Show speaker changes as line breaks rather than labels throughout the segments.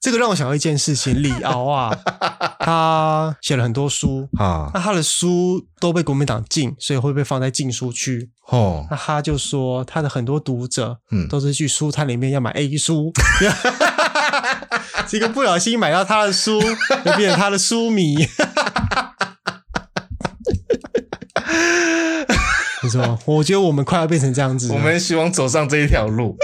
这个让我想到一件事情， 李敖啊，他写了很多书，
啊，
那他的书都被国民党禁，所以会被放在禁书区。
哦，
那他就说，他的很多读者
嗯
都是去书摊里面要买 A 书， 结果不小心买到他的书，就变成他的书迷。你说，我觉得我们快要变成这样子了，啊
我们希望走上这一条路。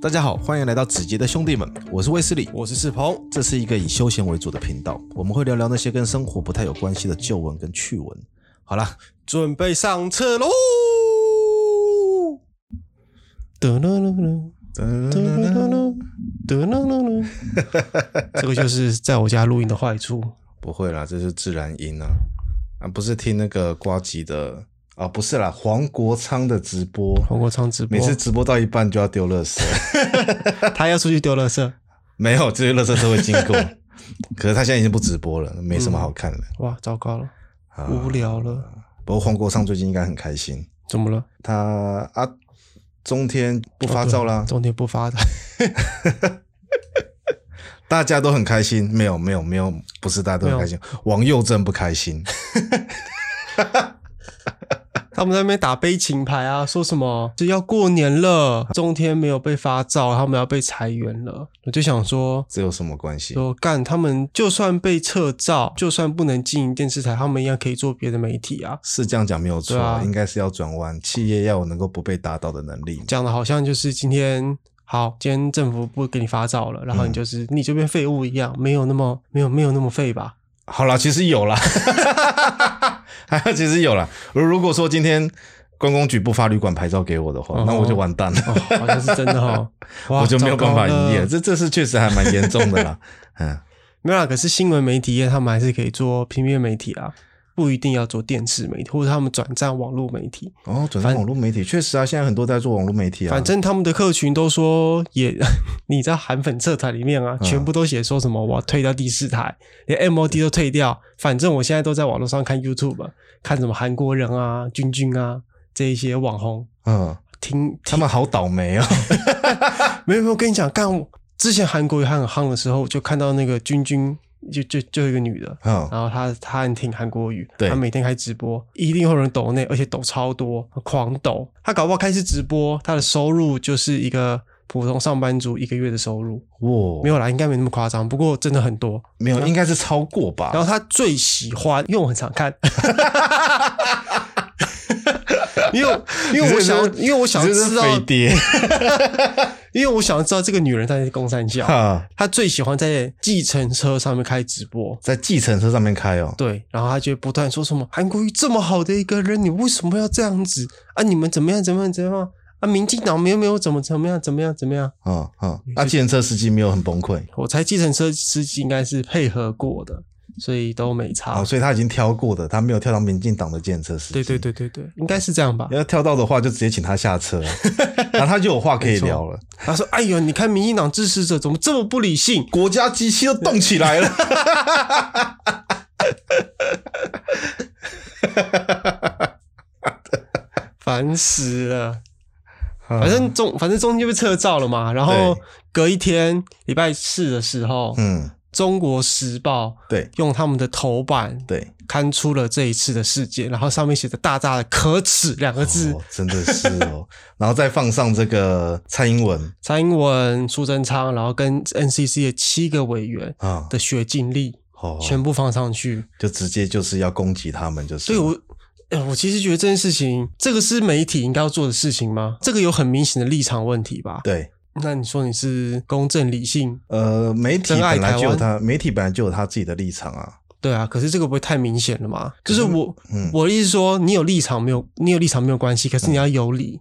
大家好，欢迎来到子杰的兄弟们，我是卫斯理，
我是世鹏，
这是一个以休闲为主的频道，我们会聊聊那些跟生活不太有关系的旧闻跟趣闻。好啦，
准备上车喽！噔噔噔噔噔噔噔噔噔噔噔，这个就是在我家录音的坏处。
不会啦，这是自然音啊，啊，不是听那个瓜吉的啊，不是啦，黄国昌的直播，
黄国昌直播，
每次直播到一半就要丢垃圾，
他要出去丢垃圾，
没有，这些垃圾都会经过。可是他现在已经不直播了，没什么好看的。
哇，糟糕了，
啊
无聊了，
不过黄国昌最近应该很开心，
怎么了？
他啊，中天不发照啦，
中天不发的，
大家都很开心。没有，没有，没有，不是大家都很开心，王佑正不开心。
他们在那边打悲情牌啊，说什么就要过年了，中天没有被发照，他们要被裁员了。我就想说，
这有什么关系？
说干，他们就算被撤照，就算不能经营电视台，他们一样可以做别的媒体啊。
是这样讲没有错，
对啊
应该是要转弯，企业要有能够不被打倒的能力。
讲的好像就是今天好，今天政府不给你发照了，然
嗯
后你就是、你就变废物一样，没有那么没有没有那么废吧？
好啦，其实有啦， 其实有啦。如如果说今天观光局不发旅馆牌照给我的话，
哦
那我就完蛋了，
哦， 好像是真的哦，哇
我就没有办法营。
糟糕
业。
了
这这是确实还蛮严重的 啦。嗯，
没有啦，可是新闻媒体业他们还是可以做平面媒体啊，不一定要做电视媒体，或者他们转战网络媒体。
哦，转到网络媒体，确实啊，现在很多在做网络媒体啊。
反正他们的客群都说也， 你在韩粉社团里面啊，全部都写说什么我要退掉第四台，连 MOD 都退掉。反正我现在都在网络上看 YouTube，看什么韩国人啊、君君啊这一些网红，
嗯，
听
他们好 倒霉啊。
没有没有，跟你讲，干我之前韩国语很夯的时候，就看到那个君君，就就就有一个女的，
嗯，
然后她她很听韩国语，
对
她每天开直播，一定会有人抖内，而且抖超多，狂抖。她搞不好开始直播，她的收入就是一个普通上班族一个月的收入，
哇，
没
有
有啦，应该没那么夸张，不过真的很多。
没有，应该是超过吧。
然后她最喜欢，因为我很常 看。因为因为我想要，因为我想要
这是
知道，
飞碟
因为我想要知道这个女人在公山笑，
哈，
他最喜欢在计程车上面开直播。
在计程车上面开哦。
对，然后他就会不断说什么韩国瑜这么好的一个人，你为什么要这样子啊？你们怎么样怎么样怎么样啊？民进党没有没有怎么怎么样怎么样怎么样？
嗯嗯，那计程车司机没有很崩溃
我猜计程车司机应该是配合过的，所以都没差
哦，。所以他已经挑过的，他没有跳到民进党的计程车司机。
啊对啊对对对对，应该是这样吧。
要跳到的话，就直接请他 下车，然后他就有话可以聊了。
他说：“哎呦，你看民进党支持者怎么这么不理性？
国家机器都动起来了，
烦死了！
反
反正中反正中间就被撤照了嘛。然后
对
隔一天，礼拜四的时候，
嗯，
中国时报》
对
用他们的头版
对，
刊出了这一次的事件，然后上面写着大大的“可耻”两个字。
哦，真的是哦，然后再放上这个蔡英文
蔡英文、苏贞昌，然后跟 NCC 的七个委员
啊，
的学经历、
哦，
全部放上去。
就直接就是要攻击他们，就是
所以我。哎我其实觉得这件事情，这个是媒体应该要做的事情吗？这个有很明显的立场问题吧？
对。
那你说你是公正理性，
呃，媒体
真爱
本来
台
就有
湾
他，媒体本来就有他自己的立场啊。
对啊，可是这个不会太明显了嘛？就是我，
嗯
我的意思说，你有立场没有？你有立场没有关
哦
系，可是你要有理。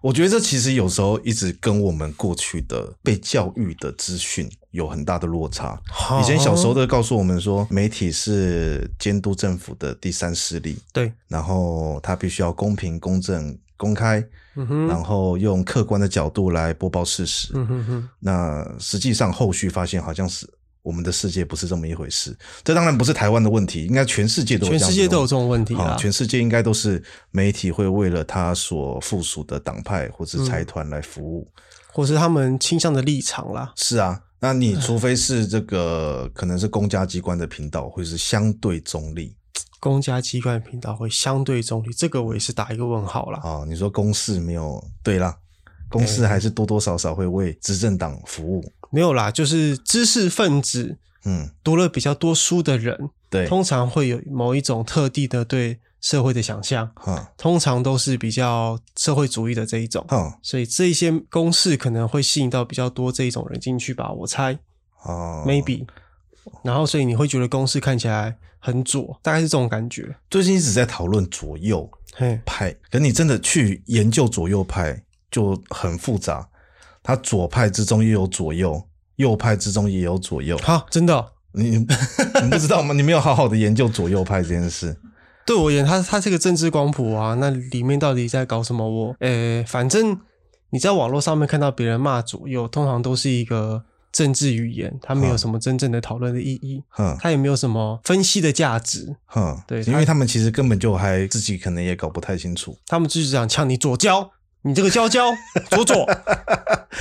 我觉得这其实有时候一直跟我们过去的被教育的资讯有很大的落差。
哦
以前小时候
的
都告诉我们说，媒体是监督政府的第三势力，
对，
然后它必须要公平、公正、公开，
嗯哼，
然后用客观的角度来播报事实。
嗯哼哼，
那实际上后续发现好像是。我们的世界不是这么一回事，这当然不是台湾的问题，应该全世界都有
全
这样
世
子
界
的
都有
哦问
这种问题
好，
啊，
全世界应该都是媒体会为了他所附属的党派或是财团来服务。
或是他们倾向的立场啦。
是啊，那你
嗯
除非是这个可能是公家机关的频道，会是相对中立
公家机关频道会相对中立，这个我也是打一个问号啦。
啊、你说公示没有对啦，公示还是多多少少会为执政党服务。
没有啦，就是知识分子
嗯，
读了比较多书的人，
对，
通常会有某一种特定的对社会的想象，
哈
通常都是比较社会主义的这一种。
哈
所以这一些公式可能会吸引到比较多这一种人进去吧，我猜
哦
maybe。然后，所以你会觉得公式看起来很左，大概是这种感觉。
最近一直在讨论左右
嘿，
派，可你真的去研究左右派就很复杂，它左派之中也有左右，右派之中也有左右。
好，真的哦、
你你不知道吗？你 没有好好的研究左右派这件事。
对我而言，它它是个政治光谱啊，那里面到底在搞什么我？呃，反正你在网络上面看到别人骂左右，通常都是一个政治语言，它
嗯
没有什么真正的讨论的意义，
哼
它也没有什么分析的价值。
哼，
对
因为他们其实根本就还自己可能也搞不太清楚。
他们就是想呛你左交，你这个交交左 左左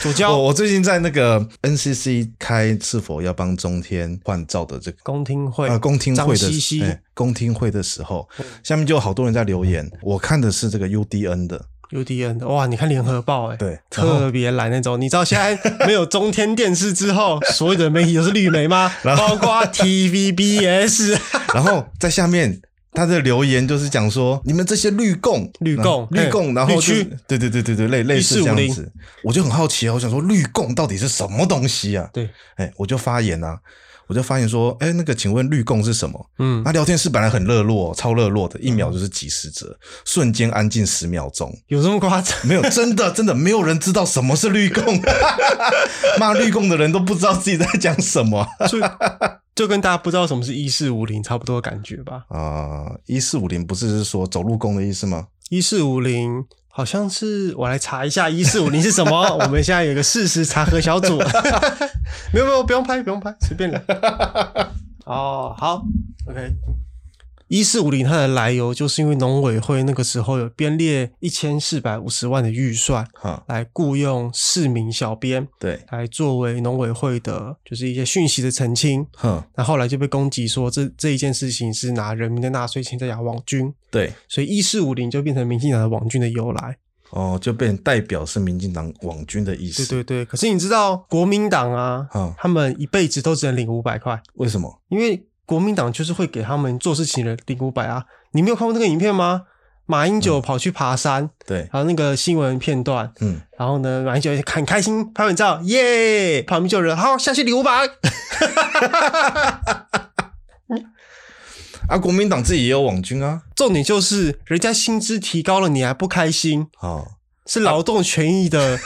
我
交，
我最近在那个 NCC 开是否要帮中天换照的这个
公听会
呃公听会的
张西西嗯
哎公听会的时候，下面就有好多人在留言。我看的是这个 UDN 的，
UDN 的哇，你看联合报哎、
对
特别懒那种。你知道现在没有中天电视之后，所有的媒体都是绿媒 吗？包括 TVBS。
然后在下面。他的留言就是讲说，你们这些绿共、
绿共
绿共，
哎
然后就
绿
是
区
对对对对对，类类似这样子，我就很好奇啊，我想说绿共到底是什么东西啊？
对，
哎，我就发言啊，我就发言说，哎，那个，请问绿共是什么？
嗯，
那聊天室本来很热络，超热络的，一秒就是几十折，瞬间安静十秒钟。
有这么夸张？
没有，真的真的没有人知道什么是绿共， 骂绿共的人都不知道自己在讲什么
就就跟大家不知道什么是一四五零差不多的感觉吧。
啊！一四五零不是是说走路工的意思吗？
一四五零好像是我来查一下一四五零是什么。我们现在有个事实查核小组， 没有没有，不用拍不用拍，随便来。 哦，好，OK。一四五零它的来由就是因为农委会那个时候有编列一千四百五十万的预算
哈，
来雇佣市民小编，
对，
来作为农委会的就是一些讯息的澄清。
哼，
那后来就被攻击说这这一件事情是拿人民的纳税钱在养网军，
对，
所以一四五零就变成民进党的网军的由来。
哦，就被人代表是民进党网军的意思。
对对对，可是你知道国民党啊，
嗯
他们一辈子都只能领五百块，
为什么？
因为国民党就是会给他们做事情的领五百啊。你没有看过那个影片吗？马英九跑去爬山，
对，
还有那个新闻片段，
嗯，
然后呢，马英九很开心拍完照，耶！旁边就有人好下去领五百，
啊，国民党自己也有网军啊，
重点就是人家薪资提高了，你还不开心，
哦，
是劳动权益的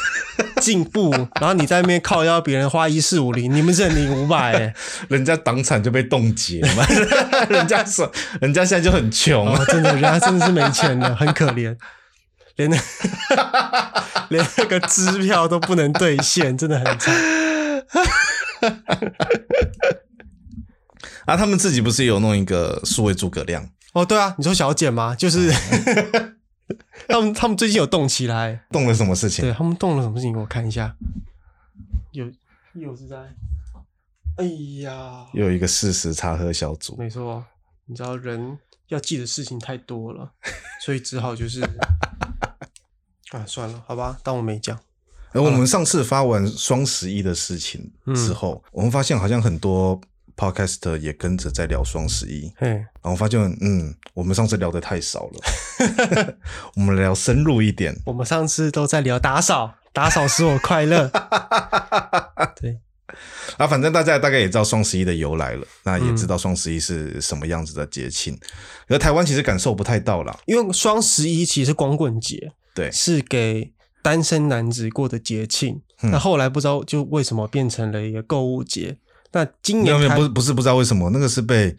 进步，然后你在那边靠要别人花一四五零，你们只能领五百哎，
人家党产就被冻结嘛， 人家是，人家现在就很穷啊
哦，真的，人家真的是没钱的，很可怜，连那连那个支票都不能兑现，真的很惨。
啊，他们自己不是也有弄一个数位诸葛亮？
哦，对啊，你说小简吗？就是他们他们最近有动起来，
动了什么事情？
对他们动了什么事情？我看一下，有有是在，哎呀，
又有一个事实查核小组，
没错，你知道人要记的事情太多了，所以只好就是 啊，算了，好吧，当我没讲。
而我们上次发完双十一的事情
嗯
之后，我们发现好像很多 podcaster 也跟着在聊双十一，
嘿，
然后发现，嗯，我们上次聊的太少了， 我们聊深入一点。
我们上次都在聊打扫，打扫使我快 乐。对，
啊，反正大家大概也知道双十一的由来了，那也
嗯
知道双十一是什么样子的节庆，而台湾其实感受不太到啦。
因为双十一其实是光棍节，
对，
是给单身男子过的节庆。
嗯
那后来不知道就为什么变成了一个购物节。那今
没
年
有没有，
开
不是不是不知道为什么，那个是被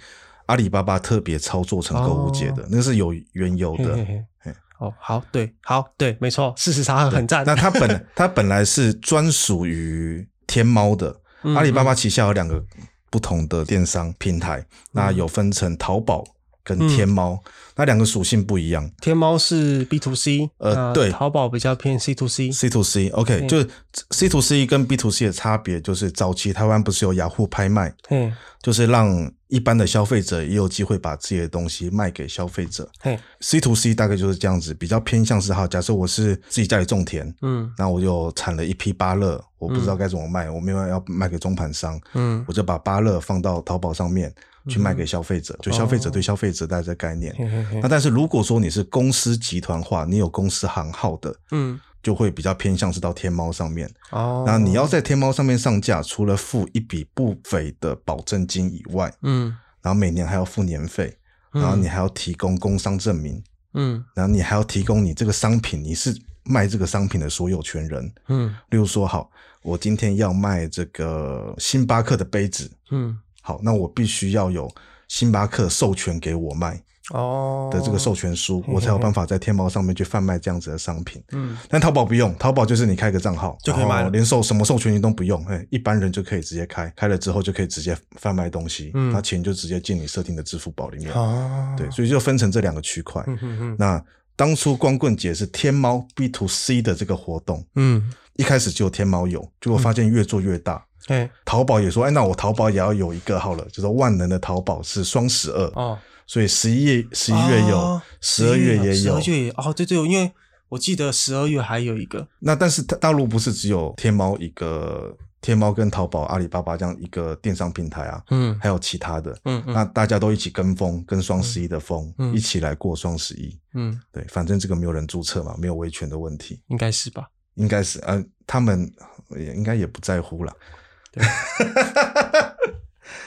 阿里巴巴特别操作成购物节的，那个是有缘由
哦嘿
的。
嘿嘿
嘿
哦，好，对，好，对，没错，事实查核很赞。
那它本它本来是专属于天猫的，
嗯
阿里巴巴旗下有两个不同的电商平台，那有分成淘宝跟天猫，那两个属性不一样。
天猫是 B to C，
呃
那
对
啊淘宝比较偏 C to C。
C to C，OK，、就 C to C 跟 B to C 的差别就是，早期台湾不是有雅虎拍卖，
嘿，
就是让一般的消费者也有机会把自己的东西卖给消费者。
嘿，
C to C 大概就是这样子，比较偏向是哈，假设我是自己家里种田，
嗯
那我就产了一批芭乐，我不知道该怎么卖，我没有要卖给中盘商，
嗯，
我就把芭乐放到淘宝上面去卖给消费者，就消费
哦
者对消费者大概这概念。
嘿嘿嘿
那但是如果说你是公司集团化，你有公司行号的，
嗯，
就会比较偏向是到天猫上面。
哦，
那你要在天猫上面上架，除了付一笔不菲的保证金以外，
嗯
然后每年还要付年费，
嗯
然后你还要提供工商证明，
嗯
然后你还要提供你这个商品，你是卖这个商品的所有权人。
嗯
例如说，好，我今天要卖这个星巴克的杯子，
嗯，
好，那我必须要有星巴克授权给我卖
哦
的这个授，权书，我才有办法在天猫上面去贩卖这样子的商品。
嗯
但淘宝不用，淘宝就是你开个账号
就可以买了
然后连授什么授权你都不用，哎，一般人就可以直接开，开了之后就可以直接贩卖东西，
嗯
那钱就直接进你设定的支付宝里面。
哦，
对，所以就分成这两个区块。
嗯嗯嗯
那当初光棍节是天猫 B to C 的这个活动，
嗯，
一开始只有天猫有，结果发现越做越大。
嘿，
淘宝也说，哎，那我淘宝也要有一个好了，就是万能的淘宝是双十二，
哦，
所以十一月、十一月有
哦，
十二、月也
十
有
二。月也哦，对对，因为我记得十二月还有一个，
那但是大大陆不是只有天猫一个，天猫跟淘宝、阿里巴巴这样一个电商平台啊，
嗯
还有其他的。
嗯嗯
那大家都一起跟风，跟双十一的风，
嗯
一起来过双十一。
嗯，
对，反正这个没有人注册嘛，没有维权的问题，
应该是吧？
应该是呃，他们也应该也不在乎啦。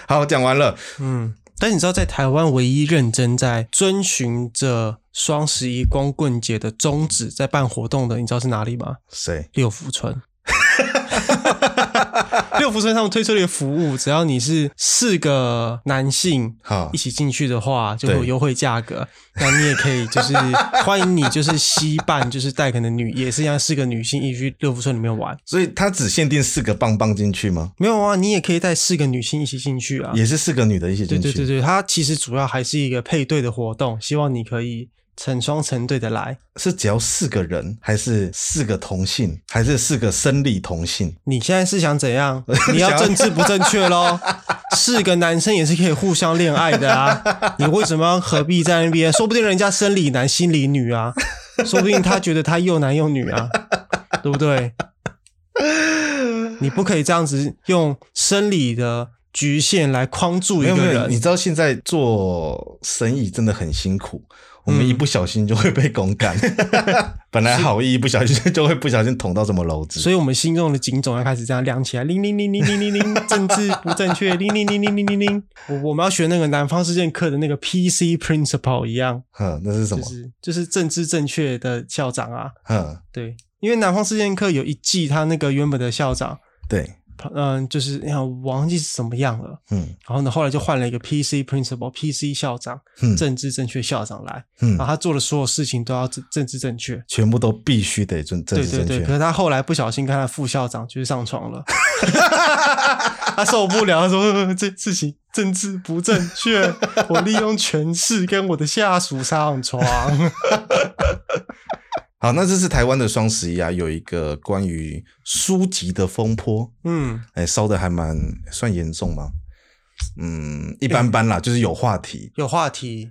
好，讲完了。
嗯，但你知道，在台湾唯一认真在遵循着双十一光棍节的宗旨在办活动的，你知道是哪里吗？
谁？
六福村。六福村他们推出了一个服务，只要你是四个男性
好
一，起进去的话，就会有
对
优惠价格。那你也可以就是欢迎你，就是西办，就是带可能女也是一样四个女性一起去六福村里面玩。
所以他只限定四个棒棒进去吗？
没有啊，你也可以带四个女性一起进去啊。
也是四个女的一起
对
进去。
对对对，它其实主要还是一个配对的活动，希望你可以成双成对的来。
是只要四个人，还是四个同性，还是四个生理同性？
你现在是想怎 样？你要政治不正确喽？四个男生也是可以互相恋爱的啊，你为什么要何必在那边？说不定人家生理男心理女啊，说不定他觉得他又男又女啊，对不对？你不可以这样子用生理的局限来框住一
没有
个
没有，你
人。
知道现在做生意真的很辛苦，
嗯
我们一不小心就会被 公干。本来好意，一不小心就会不小心捅到什么篓子。
所以，我们心中的警钟要开始这样亮起来，铃铃铃铃铃铃铃，政治不正确，铃铃铃铃铃铃铃。我我们要学那个南方四剑客的那个 PC principle 一样，
哼，那是什么
就？是就是政治正确的校长啊，
哼，
对，因为南方四剑客有一季他那个原本的校长，
对，
嗯，就是哎呀，我忘记是什么样了。
嗯
然后呢，后来就换了一个 PC principal、PC 校长、
嗯
政治正确校长来，然后
嗯，
他做的所有事情都要政政治正确。
全部都必须得正政
对
治
对
正
对，可
确。
是他后来不小心跟他的副校长就是上床了， 他受不了，他说呃这事情政治不正确， 我利用权势跟我的下属上床。
好，那这次台湾的双十一啊，有一个关于书籍的风波，
嗯
哎，烧的还蛮算严重吗？嗯，一般般 啦，就是有话题。
有话题，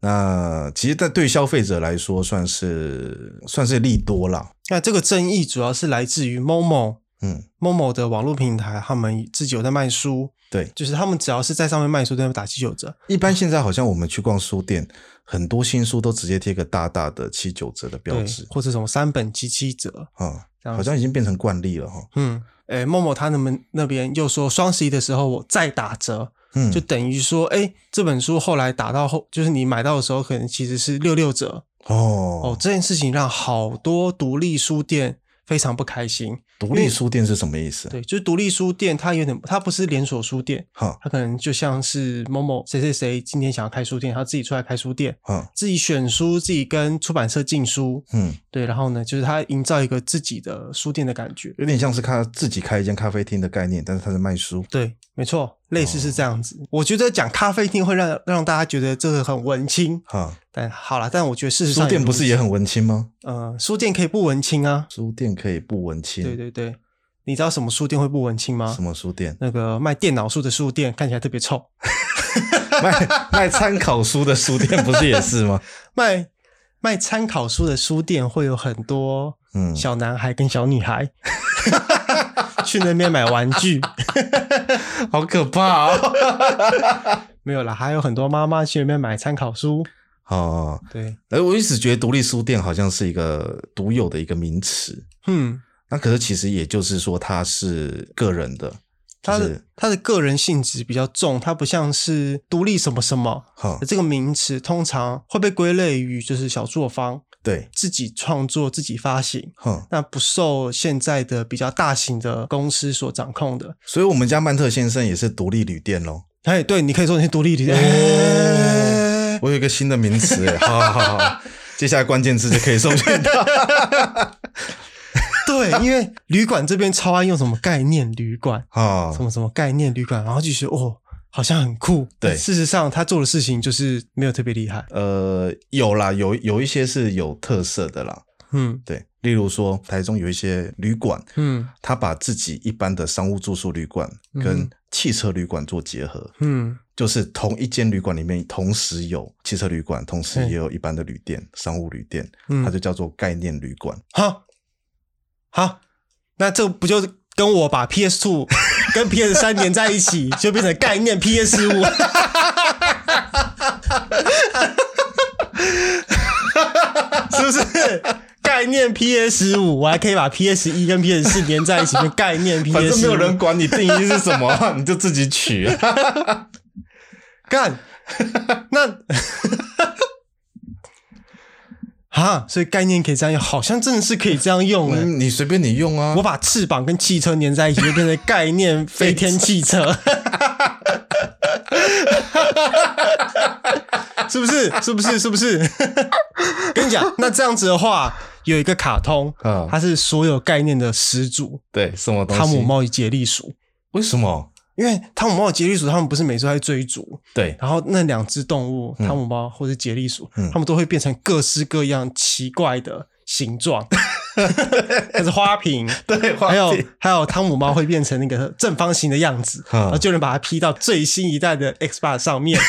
那其实，在对消费者来说，算是算是利多啦。
那这个争议主要是来自于 Momo
嗯，
Momo 的网络平台，他们自己有在卖书，
对。
就是他们只要是在上面卖书，都要打七九折。
一般现在好像我们去逛书店，很多新书都直接贴个大大的七九折的标
对
志，
或者什么三本七七折
啊、
这样
好
子。
像已经变成惯例了哈。
嗯，诶、m o m o 他们那边又说双十一的时候我再打折，
嗯，
就等于说，诶、这本书后来打到后，就是你买到的时候，可能其实是六六折。
哦
哦，这件事情让好多独立书店非常不开心。
独立书店是什么意思？
对，就是独立书店，它有点，它不是连锁书店，
哈，
它可能就像是某某谁谁谁今天想要开书店，他自己出来开书店，
哈，
自己选书，自己跟出版社进书，
嗯，
对，然后呢，就是他营造一个自己的书店的感觉。
有点像是他自己开一间咖啡厅的概念，但是他在卖书。
对，没错，类似是这样子。
哦
我觉得讲咖啡厅会让让大家觉得这个很文青，
哈，
但好了，但我觉得事实上
书店不是也
很
很文青吗？
呃，书店可以不文青啊。
书店可以不文青。
对对对，你知道什么书店会不文青吗？
什？么书店
那个卖电脑书的书店看起来特别臭，
卖卖参考书的书店不是也是 吗？
卖卖参考书的书店会有很多
嗯，
小男孩跟小女孩、 去那边买玩具，
好可怕 哦！
没有啦，还有很多妈妈去那边买参考书。
哦，
对，
而我一直觉得独立书店好像是一个独有的一个名词，
嗯，
那可是其实也就是说它是个人的，
他
就
的
是
他的个人性质比较重，他不像是独立什么什么
哈，
这个名词，通常会被归类于就是小作坊
对，
自己创作、自己发行。
哈，
那不受现在的比较大型的公司所掌控的。
所以我们家曼特先生也是独立旅店喽。
哎，对，你可以说你是独立旅店。
哦 我有一个新的名词， 哎，好好好好，接下来关键字就可以 送去他。
对，因为旅馆这边超爱用什么概念旅馆，什
哦，
么什么概念旅馆，然后就觉得哦，好像很酷。
对
但事实上他做的事情就是没有特别厉害。
呃，有啦，有有一些是有特色的啦，
嗯
对，例如说台中有一些旅馆，
嗯
他把自己一般的商务住宿旅馆
嗯
跟汽车旅馆做结合，
嗯，
就是同一间旅馆里面同时有汽车旅馆，同时也有一般的旅店、商务旅店，
嗯
它就叫做概念旅馆。
好，好，那这不就跟我把 PS Two 跟 PS 三连在一起，就变成概念 PS 五？ 是不是？概念 PS 五，我还可以把 PS 一跟 PS 四连在一起，就概念 PS 五。
反正没有人管你定义是什么啊、 你就自己取、啊。
干，那 哈，所以概念可以这样用，好像真的是可以这样用哎、
嗯，你随便你用啊
我。把翅膀跟汽车粘在一起，就变成概念 飞天汽车， 是不是？是不是？是不是？ 跟你讲，那这样子的话，有一个卡通，
啊
它是所有概念的始祖
对，什么
——
东西？
汤姆猫与杰利鼠。
为什么？
因为汤姆猫与杰利鼠，他们不是每次在追逐，
对，
然后那两只动物，汤姆猫或是杰利鼠，
嗯
它们都会变成各式各样奇怪的形状， 那是花瓶，
对花瓶
还有还有汤姆猫会变成那个正方形的样子，
嗯
然后就能把它 P 到最新一代的 Xbox 上 面，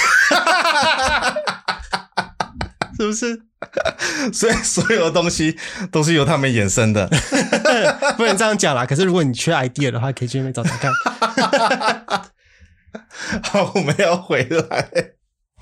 是不是？
所以所有的东西都是由他们衍生 的。
不能这样讲啦。可是如果你缺 idea 的话，可以去那边找找 看。
好，我们要回来。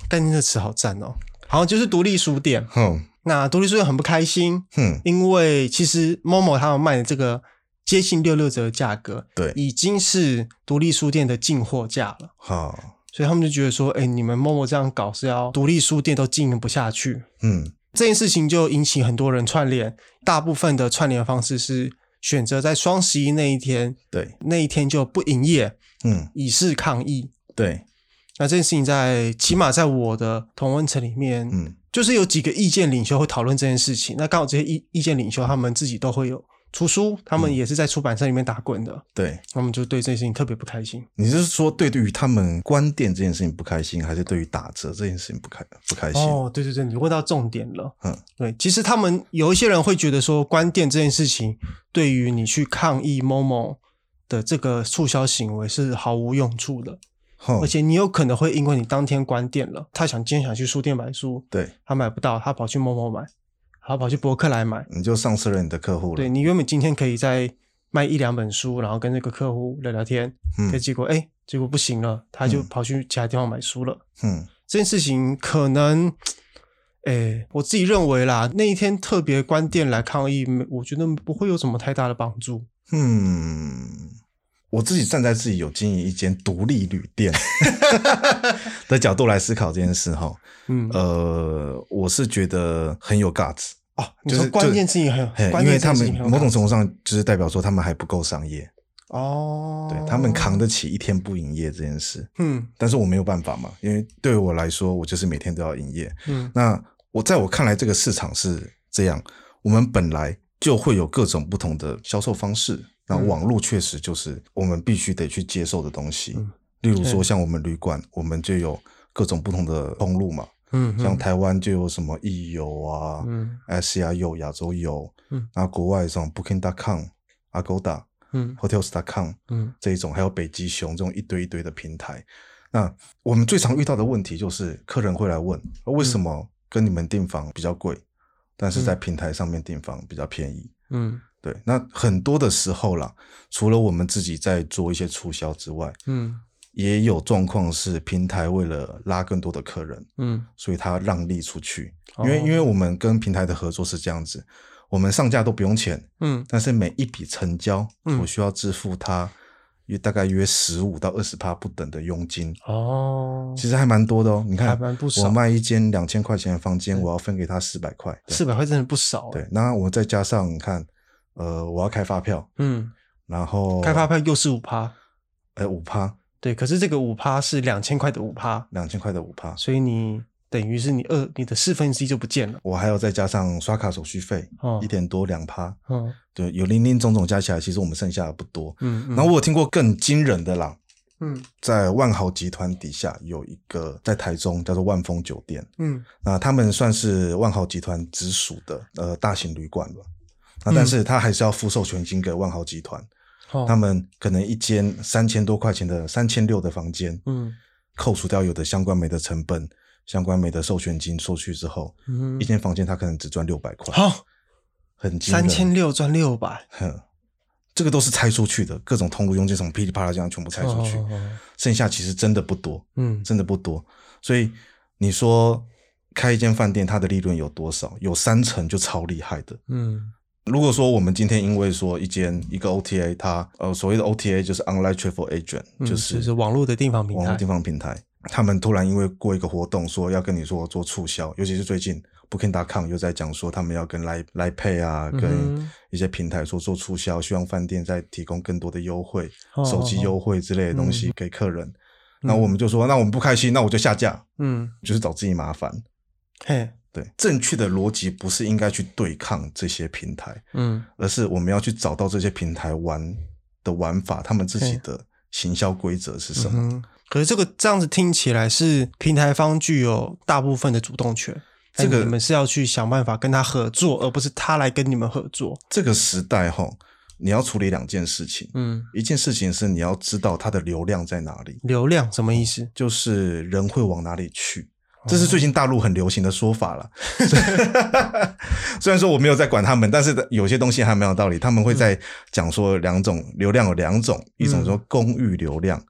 但念这词好赞哦、好像就是独立书店，
哼
那独立书店很不开心，
嗯哼，
因为其实 Momo 他们卖的这个接近六六折的价格，
对
已经是独立书店的进货价了，
好，
所以他们就觉得说，哎、你们 Momo 这样搞是要独立书店都经营不下去，
嗯
这件事情就引起很多人串联，大部分的串联方式是选择在双十一那一天，
对，
那一天就不营业，
嗯
以示抗议。
对，
那这件事情在起码在我的同温层里面，
嗯
就是有几个意见领袖会讨论这件事情。那刚好这些意意见领袖他们自己都会有出书，他们也是在出版社里面打滚的，
对。
他们就对这件事情特别不开心。
你是说对于他们关店这件事情不开心，还是对于打折这件事情不开不开心？
哦，对对对，你问到重点了。
嗯，
对，其实他们有一些人会觉得说，关店这件事情对于你去抗议某某的这个促销行为是毫无用处的，
嗯哼
而且你有可能会因为你当天关店了，他想今天想去书店买书，
对，
他买不到，他跑去某某买，他跑去博客来买，
你就丧失了你的客户了。
对你原本今天可以再卖一两本书，然后跟那个客户聊聊天，
嗯
可结果哎、结果不行了，他就
嗯
跑去其他地方买书了。
嗯
这件事情可能，哎，我自己认为啦，那一天特别关店来抗议，没我觉得不会有什么太大的帮助。
嗯，我自己站在自己有经营一间独立旅 店的角度来思考这件事哈，
嗯，
呃呃，我是觉得很有 guts，哦，
你
就
说
是
关键
就
事情很
嘿
关
因为
键
他
事
们
情很
某种
好
程度上就是代表说他们还不够商业，
哦，
对他们扛得起一天不营业这件事。
嗯
但是我没有办法嘛，因为对我来说，我就是每天都要营业。
嗯
那我在我看来，这个市场是这样，我们本来就会有各种不同的销售方式，那
嗯
网络确实就是我们必须得去接受的东西。
嗯
例如说，
对
像我们旅馆，我们就有各种不同的通路嘛，
嗯，
像台湾就有什么易游啊、
嗯
SEIO、亚洲游，
嗯，
然后国外像 Booking.com、Agoda、
嗯
Hotels.com
嗯
这一种，还有北极熊这种一堆一堆的平台。那我们最常遇到的问题就是，客人会来问呃为什么跟你们订房比较贵，但是在平台上面订房比较便宜。
嗯
对，那很多的时候啦，除了我们自己在做一些促销之外，
嗯
也有状况是平台为了拉更多的客人，
嗯
所以它让利出去。
哦
因为因为我们跟平台的合作是这样子，我们上架都不用钱，
嗯
但是每一笔成交，
嗯
我需要支付它约大概约十五到二十趴不等的佣金，
哦，
其实还蛮多的哦。你
还
看，
蛮不
我
少，
卖一间两千块钱的房间，我要分给他四百块，对
四百块真的不少，欸
对，，那我再加上你看，呃，我要开发票，
嗯，
然后
开发，票又是五趴，
呃，五趴，
对，可是这个五趴是两千块的五趴，
两千块的五趴，
所以你等于是你二你的四分之一就不见了，
我还要再加上刷卡手续费
哦
一点多两趴，
嗯
对，有零零总总加起来，其实我们剩下的不多。
嗯，
然后我有听过更惊人的啦，
嗯
在万豪集团底下有一个在台中叫做万丰酒店，
嗯
那他们算是万豪集团直属的呃大型旅馆吧。那
嗯
但是他还是要付授权金给万豪集团，
哦
他们可能一间三千多块钱的三千六的房间，
嗯
扣除掉有的相关媒的成本、相关媒的授权金收去之后，
嗯
一，间房间他可能只赚六百块，
好，
很惊人
三千六赚六百，
哼，这个都是拆出去的，各种通路佣金从噼里啪啦这样全部拆出去，
哦哦哦
剩下其实真的不多，
嗯
真的不多。所以你说开一间饭店，它的利润有多少？有三成就超厉害的。
嗯
如果说我们今天因为说一间一个 OTA，它呃所谓的 OTA 就是 Online Travel Agent，、
嗯，
就
就是是网络的订房平
网络
台
地，方平台，他们突然因为过一个活动说要跟你说做促销，尤其是最近 Booking.com 又在讲说他们要跟来来配啊，
嗯哼
跟一些平台说做促销，希望饭店再提供更多的优惠，
哦嗯
手
哦
机
哦
优惠之类的东西给客人。那我们就说，那我们不开心，那我就下架，
嗯
就是找自己麻烦。
嘿
对，正确的逻辑不是应该去对抗这些平台，
嗯
而是我们要去找到这些平台玩的玩法，他们自己
嘿
的行销规则是什么。
嗯，可是这个这样子听起来是平台方具有大部分的主动权，
这个
但你们是要去想办法跟他合作，而不是他来跟你们合作。
这个时代哈，你要处理两件事情，
嗯，
一件事情是你要知道它的流量在哪里，
流量什么意思？
就是人会往哪里去。
哦
这是最近大陆很流行的说 法了，虽然说我没有在管他们，但是有些东西还蛮有道理。他们会
嗯
在讲说两种流量有两种，一种说公域流量，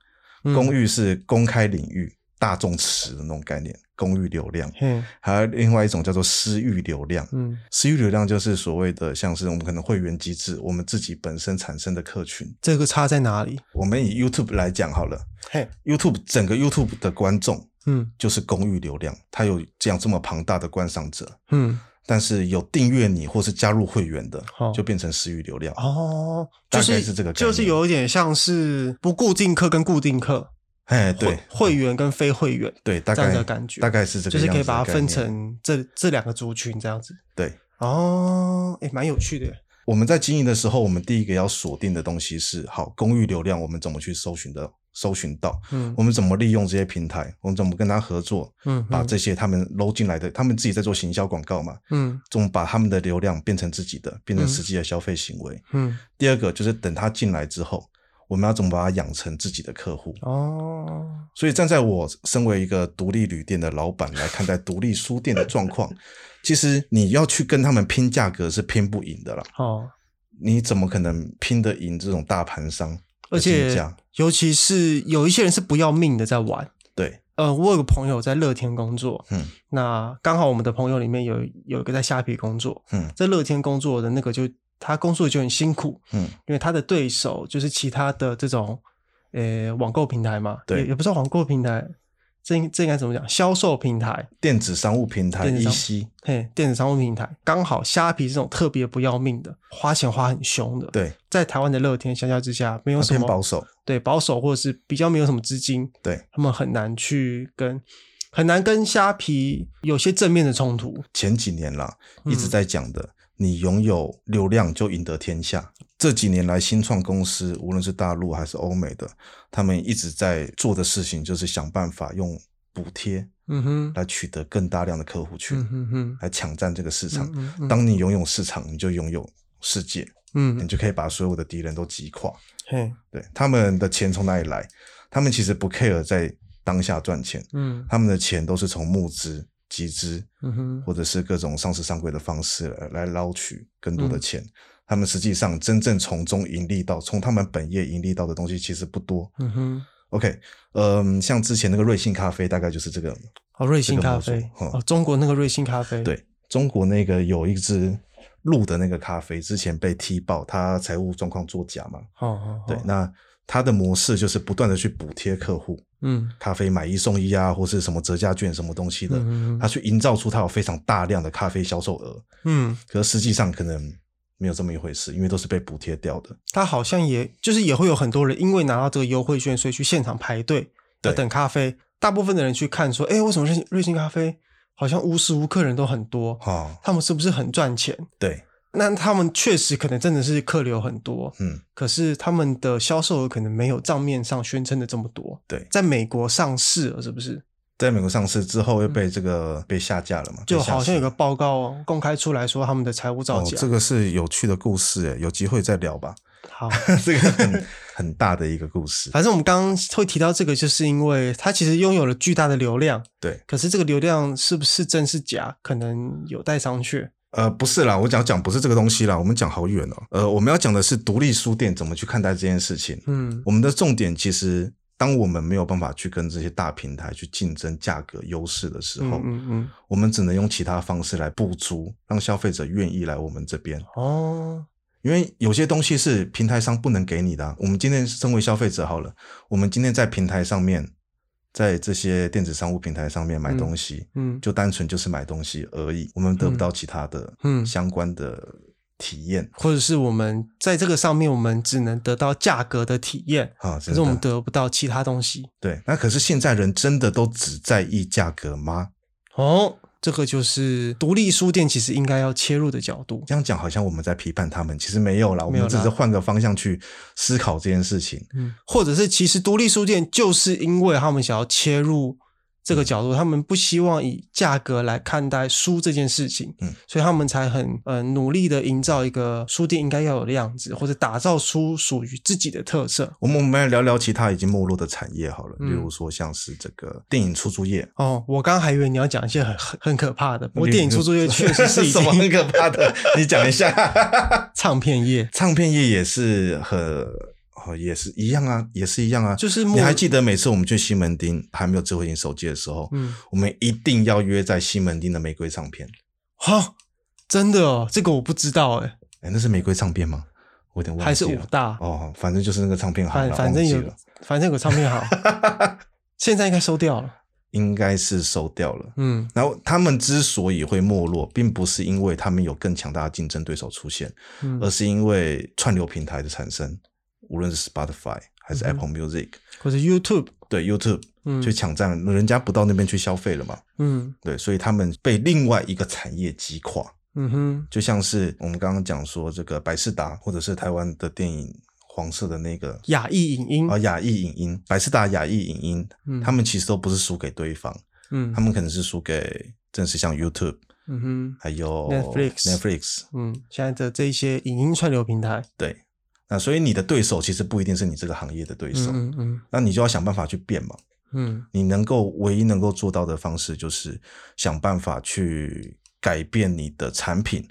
嗯
公域是公开领域、大众池的那种概念，公域流量；
嘿，
还有另外一种叫做私域流量，
嗯，
私域流量就是所谓的像是我们可能会员机制，我们自己本身产生的客群。
这个差在哪里？
我们以 YouTube 来讲好了
嘿，
，YouTube 整个 YouTube 的观众
嗯
就是公域流量，它有这样这么庞大的观赏者，
嗯，
但是有订阅你或是加入会员的
哦，
就变成私域流量。
哦，
大
就
概
是
是这个概念
就是有一点像是不固定客跟固定客，
哎，
会
对
会员跟非会员，
对，大
这样
概
的感觉
大概是这
就
个样
是
子的概
可以把
念，
它分成这这两个族群这样子。
对。
哦，诶，蛮有趣的耶。
我们在经营的时候，我们第一个要锁定的东西是好公域流量，我们怎么去搜寻的搜寻到？
嗯
我们怎么利用这些平台？我们怎么跟他合作？
嗯
把这些他们搂进来的，他们自己在做行销广告嘛，
嗯
怎么把他们的流量变成自己的，变成
嗯
实际的消费行为？
嗯，
第二个就是等他进来之后，我们要怎么把他养成自己的客
嗯
户？
哦，
所以站在我身为一个独立旅店的老板来看待独立书店的状 况，其实你要去跟他们拼价格是拼不赢的啦。
好，
你怎么可能拼得赢这种大盘商
而
的竞价？
且尤其是有一些人是不要命的在玩。
对，
呃，我有个朋友在乐天工作，
嗯
那刚好我们的朋友里面有有一个在虾皮工作，
嗯
在乐天工作的那个就他工作就很辛苦，
嗯，
因为他的对手就是其他的这种呃网购平台嘛，
对
也也不是网购平台，这应这应该怎么讲？销售平台，
电子商务平台 E
电子商务
EC，
嘿，电子商务平台，刚好虾皮这种特别不要命的，花钱花很凶的，
对，
在台湾的乐天相较之下，没有什
偏
么
保守，
对保守或者是比较没有什么资金，
对，
他们很难去跟很难跟虾皮有些正面的冲突，
前几年啦
嗯
一直在讲的，你拥有流量就赢得天下。这几年来，新创公司无论是大陆还是欧美的，他们一直在做的事情就是想办法用补贴
嗯哼，
来取得更大量的客户群，
嗯哼哼，
来抢占这个市场。
嗯嗯嗯
当你拥有市场，你就拥有世界，你
嗯，
就可以把所有的敌人都击垮。
嘿，
对，他们的钱从哪里来？他们其实不 care 在当下赚钱，
嗯
他们的钱都是从募资、集资，
嗯哼，
或者是各种上市上柜的方式来来捞取更
嗯
多的钱。他们实际上真正从中盈利到，从他们本业盈利到的东西其实不多。
嗯哼，
OK，嗯，像之前那个瑞幸咖啡，大概就是这个。
哦，瑞幸
这个
咖
模式
啡，
嗯
哦，中国那个瑞幸咖啡，，
对，中国那个有一只鹿的那个咖啡，之前被踢爆，它财务状况作假嘛。
哦哦，
对
哦，
那它的模式就是不断的去补贴客户，
嗯
咖啡买一送一啊，或是什么折价券什么东西的，
嗯嗯嗯
它去营造出它有非常大量的咖啡销售额。
嗯，
可是实际上可能没有这么一回事，因为都是被补贴掉的。
他好像也就是也会有很多人因为拿到这个优惠券，所以去现场排队要
对
等咖啡。大部分的人去看说，哎，为什么瑞瑞幸咖啡好像无时无刻人都很多？
哦，
他们是不是很赚钱？
对，
那他们确实可能真的是客流很多，
嗯，
可是他们的销售额可能没有账面上宣称的这么多。
对，
在美国上市了，是不是？
在美国上市之后又被这个、被下架了嘛？
嗯就
被下市
好像有个报告公开出来说他们的财务造
哦，
假。
这个是有趣的故事，欸诶，有机会再聊吧。
好，
这个 很很大的一个故事，
反正我们刚刚会提到这个，就是因为它其实拥有了巨大的流量，
对，
可是这个流量是不是真是假，可能有待商榷。
呃，不是啦，我讲讲不是这个东西啦，我们讲好远哦。呃，我们要讲的是独立书店怎么去看待这件事情。
嗯
我们的重点其实，当我们没有办法去跟这些大平台去竞争价格优势的时
嗯
候，
嗯嗯，
我们只能用其他方式来补足，让消费者愿意来我们这边。
哦，
因为有些东西是平台商不能给你的啊、我们今天身为消费者好了，我们今天在平台上面，在这些电子商务平台上面买
嗯
东西，
嗯
就单纯就是买东西而已，我们得不到其他的
嗯
相关的体验
或者是我们在这个上面，我们只能得到价格的体验，
啊。
可
真
是我们
的，
得不到其他东西。
对，那可是现在人真的都只在意价格吗？
哦，这个就是独立书店其实应该要切入的角度。
这样讲好像我们在批判他们，其实没有啦，我
没有
们
啦
只是换个方向去思考这件事情。
嗯，或者是其实独立书店就是因为他们想要切入这个角度，他们不希望以价格来看待书这件事情，
嗯，
所以他们才很呃努力的营造一个书店应该要有的样子，或者打造出属于自己的特色。
我们我们来聊聊其他已经没落的产业好了，
嗯
例如说像是这个电影出租业，
哦，我刚还以为你要讲一些很很很可怕的，我
例如
电影出租业确实是已
什么很
经
可怕的，你讲一下。
唱片业，
唱片业也是很，哦也是一样啊，也是一样啊。
就是目
你还记得每次我们去西门町还没有智慧型手机的时候，
嗯，
我们一定要约在西门町的玫瑰唱片。
好、真的哦，这个我不知道哎，
哎，那是玫瑰唱片吗？我有点忘记了。
还是武大，
哦，反正就是那个唱片行
反
啦
反正
忘记
有
了
反正有唱片行， 现在应该收掉了，
应该是收掉了。
嗯
然后他们之所以会没落，并不是因为他们有更强大的竞争对手出现，
嗯
而，是因为串流平台的产生，无论是 Spotify 还是
嗯哼
Apple Music，、
或者 YouTube。
对 YouTube
嗯
去抢占，人家不到那边去消费了嘛，
嗯
对，所以他们被另外一个产业击垮，
嗯哼，
就像是我们刚刚讲说这个百事达，或者是台湾的电影黄色的那个
亚裔影音，
啊亚裔影音，百事达亚裔影音，
嗯
他们其实都不是输给对方，
嗯
他们可能是输给正是像 YouTube。
嗯哼
还有
Netflix
Netflix，
嗯，现在的这些影音串流平台，
对，那所以你的对手其实不一定是你这个行业的对手，
嗯嗯
那你就要想办法去变嘛。
嗯
你能够唯一能够做到的方式，就是想办法去改变你的产品，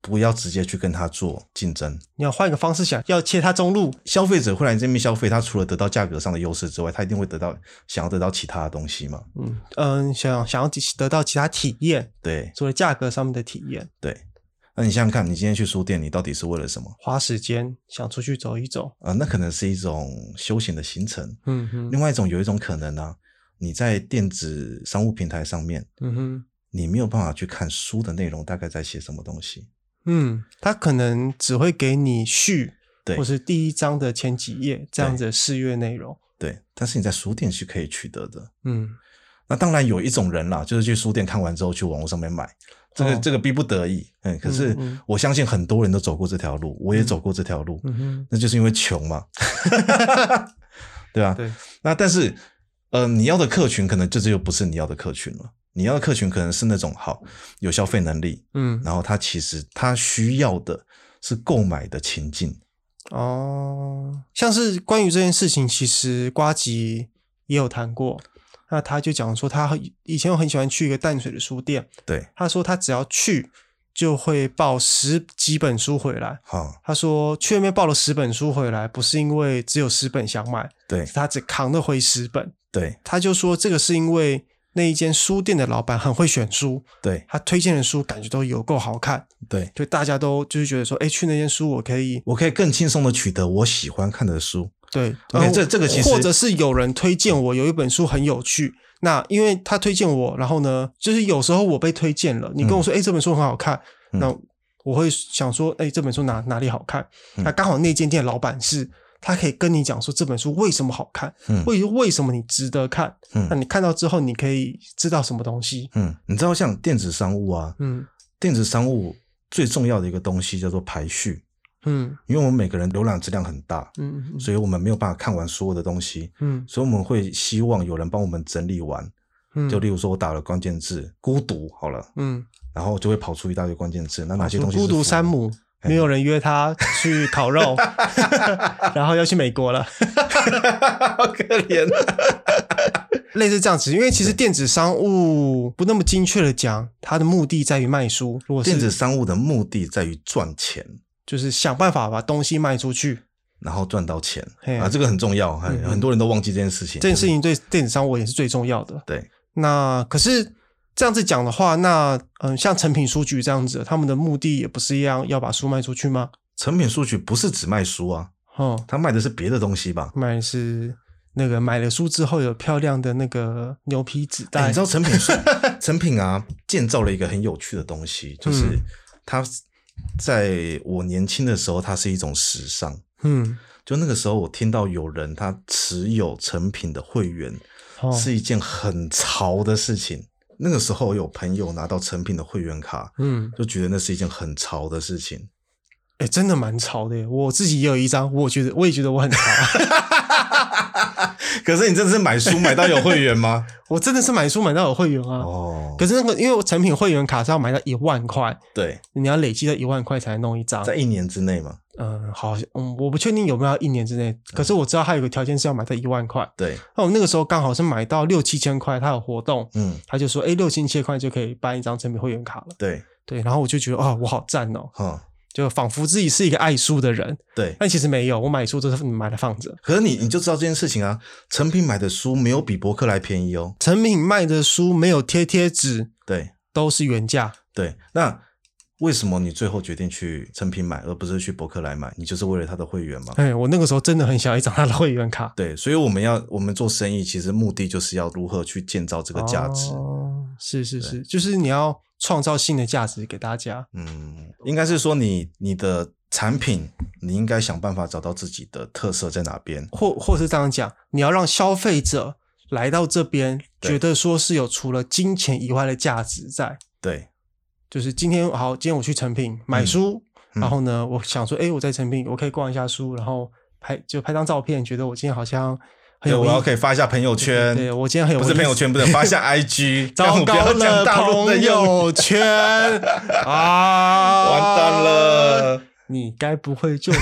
不要直接去跟他做竞争。
你要换一个方式想，要切它中路，
消费者会来这边消费，他除了得到价格上的优势之外，他一定会得到想要得到其他的东西嘛？
嗯嗯，想想要得到其他体验，
对
除了价格上面的体验，
对。那你想想看，你今天去书店，你到底是为了什么？呃
花时间想出去走一走，
啊、那可能是一种休闲的行程，
嗯哼，
另外一种有一种可能呢、啊你在电子商务平台上面，
嗯哼，
你没有办法去看书的内容大概在写什么东西。
嗯，他可能只会给你序，
对
或是第一章的前几页这样子的试阅内容。
对，但是你在书店是可以取得的。
嗯，
那当然有一种人啦，就是去书店看完之后去网络上面买，这个、
哦
这个逼不得已。嗯，可是
嗯嗯
我相信很多人都走过这条路，我也走过这条路，
嗯哼，
那就是因为 穷嘛，对吧、啊
对，
那但是，呃，你要的客群可能就只有不是你要的客群了。你要的客群可能是那种好有消费能力，
嗯，
然后他其实他需要的是购买的情境。
哦，像是关于这件事情，其实瓜吉也有谈过。那他就讲说，他很以前我很喜欢去一个淡水的书店，
对，
他说他只要去就会抱十几本书回来。
好、
他说去那边抱了十本书回来，不是因为只有十本想买，
对
是他只扛得回十本。
对
他就说这个是因为那一间书店的老板很会选书，
对
他推荐的书感觉都有够好看，
对，
就大家都就是觉得说，哎，去那间书我可以
我可以更轻松的取得我喜欢看的书。
对，
OK，
然后
这这个其实
或者是有人推荐我有一本书很有趣，那因为他推荐我，然后呢，就是有时候我被推荐了，你跟我说，哎、这本书很好看，
嗯
那我会想说，哎，这本书哪哪里好看？
嗯
那刚好那间店老板是。他可以跟你讲说这本书为什么好看，
嗯
为为什么你值得看。
嗯
那你看到之后，你可以知道什么东西。
嗯，你知道像电子商务啊，
嗯
电子商务最重要的一个东西叫做排序，
嗯
因为我们每个人浏览质量很大，
嗯
所以我们没有办法看完所有的东西，
嗯
所以我们会希望有人帮我们整理完。
嗯，
就例如说，我打了关键字“孤独”好了，
嗯，
然后就会跑出一大堆关键字。那哪些东西？
哦孤独山。姆，
哎
没有人约他去烤肉，然后要去美国了。
好可怜。啊
类似这样子，因为其实电子商务不那么精确的讲，它的目的在于卖书，如果
电子
是
商务的目的在于赚钱，
就是想办法把东西卖出去，
然后赚到钱
嘿
啊，这个很重要。嘿
嗯
很多人都忘记这件事情。
这件事情对电子商务也是最重要的。
对，
那可是这样子讲的话，那嗯，像诚品书局这样子，他们的目的也不是一样要把书卖出去吗？
成品书局不是只卖书啊，
哦，
它卖的是别的东西吧？
买的是那个买了书之后有漂亮的那个牛皮纸
哎
袋，
你知道成 品书成品啊，建造了一个很有趣的东西，就是
嗯
它在我年轻的时候，它是一种时尚。
嗯，
就那个时候，我听到有人他持有成品的会员，
哦，
是一件很潮的事情。那个时候有朋友拿到成品的会员卡，
嗯，
就觉得那是一件很潮的 事情。
哎、真的蛮潮的耶！我自己也有一张，我觉得我也觉得我很潮。
可是你真的是买书买到有会员吗？
我真的是买书买到有会员啊。
哦，
可是那个，因为我成品会员卡是要买到一万块，
对，
你要累积到一万块才能弄一张。
在一年之内嘛，
嗯，好像，嗯，我不确定有没有要一年之内，可是我知道它有个条件是要买到一万块。
对，
那我那个时候刚好是买到六七千块，它有活动，
嗯，
他就说，哎、六七千块就可以办一张成品会员卡了。
对，
对，然后我就觉得，哦，我好赞哦，
哈，
就仿佛自己是一个爱书的人，
对。
但其实没有，我买书都是买来放着。
可是你你就知道这件事情啊，成品买的书没有比博客来便宜哦。
成品卖的书没有贴贴纸，
对
都是原价。
对，那为什么你最后决定去成品买，而不是去博客来买？你就是为了他的会员 嘛？
哎，我那个时候真的很想要一张他的会员 卡，
对，所以我们要我们做生意，其实目的就是要如何去建造这个价值。
哦、是是是，就是你要创造新的价值给大家。
嗯，应该是说你你的产品，你应该想办法找到自己的特色在哪边。
或或是这样讲，你要让消费者来到这边，
对
觉得说是有除了金钱以外的价值在。
对
就是今天好，今天我去成品买书，
嗯
然后呢，我想说，哎，我在成品我可以逛一下书，然后拍就拍张照片，觉得我今天好像很
对，
有
我要
意
可以发一下朋友圈，
对我今天很有
不是
意思
朋友圈，不能发一下 IG。
糟
不要
糕
讲
了，
大陆的
朋
用语，
友圈 啊，
完蛋！了。
你该不会就是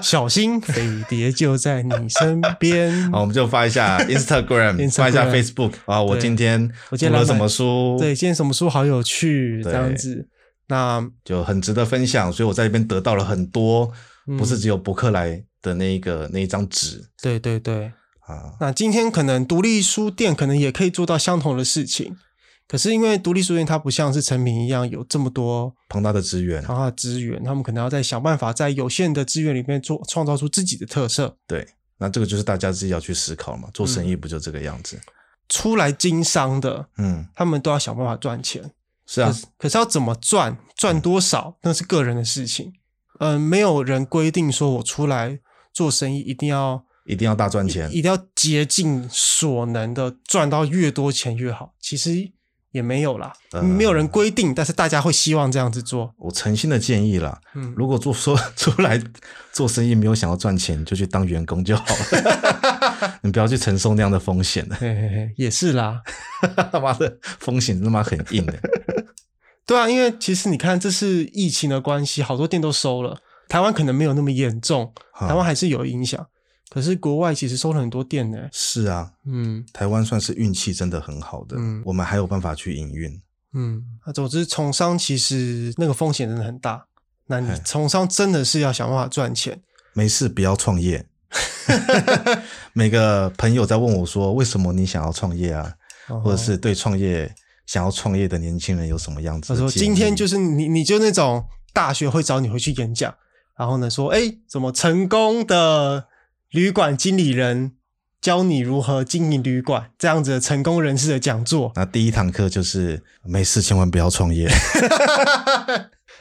小心飞碟就在你身边？
好，我们就发一 下 Instagram，
Instagram
发一下 Facebook 啊！我
对
今天
我今天
读
来
了
买
什么书？
对，今天什么书好有趣，
对
这样子。那
就很值得分享，所以我在这边得到了很多，
嗯
不是只有博客来的那一个那一张纸
对对对，
啊。
那今天可能独立书店可能也可以做到相同的事情，可是因为独立书店它不像是成品一样有这么多
庞大的资源，
庞大的资源，他们可能要在想办法在有限的资源里面做创造出自己的特色。嗯
对，那这个就是大家自己要去思考嘛，做生意不就这个样子？
出来经商的，
嗯，
他们都要想办法赚钱。
是啊
可，是可是要怎么赚，赚多少，那是个人的事情。嗯、没有人规定说我出来做生意一定要
一定要大赚钱，
一定要竭尽所能的赚到越多钱越好。其实也没有啦，
嗯
没有人规定，但是大家会希望这样子做。
我诚心的建议啦，
嗯
如果做说 出来做生意没有想要赚钱，就去当员工就好了， 你不要去承受那样的风险啊的，
嘿嘿嘿，也是啦，
他 妈的风险他妈很硬欸 的。
对啊，因为其实你看，这是疫情的关系，好多店都收了。台湾可能没有那么严重，
哈
台湾还是有影响。可是国外其实收了很多店呢、
是啊，
嗯
台湾算是运气真的很好的，
嗯
我们还有办法去营运。
嗯，啊总之从商其实那个风险真的很大。那你
哎
从商真的是要想办法赚钱。
没事，不要创业。 每个朋友在问我说，为什么你想要创业啊？
然后
或者是对创业想要创业的年轻人有什么样子
他
的建
说哎
议？
今天就是是你，你就那种大学会找你回去演讲，然后呢说，哎，怎么成功的旅馆经理人教你如何经营旅馆这样子的成功人士的讲座，
那第一堂课就是没事，千万不要 创业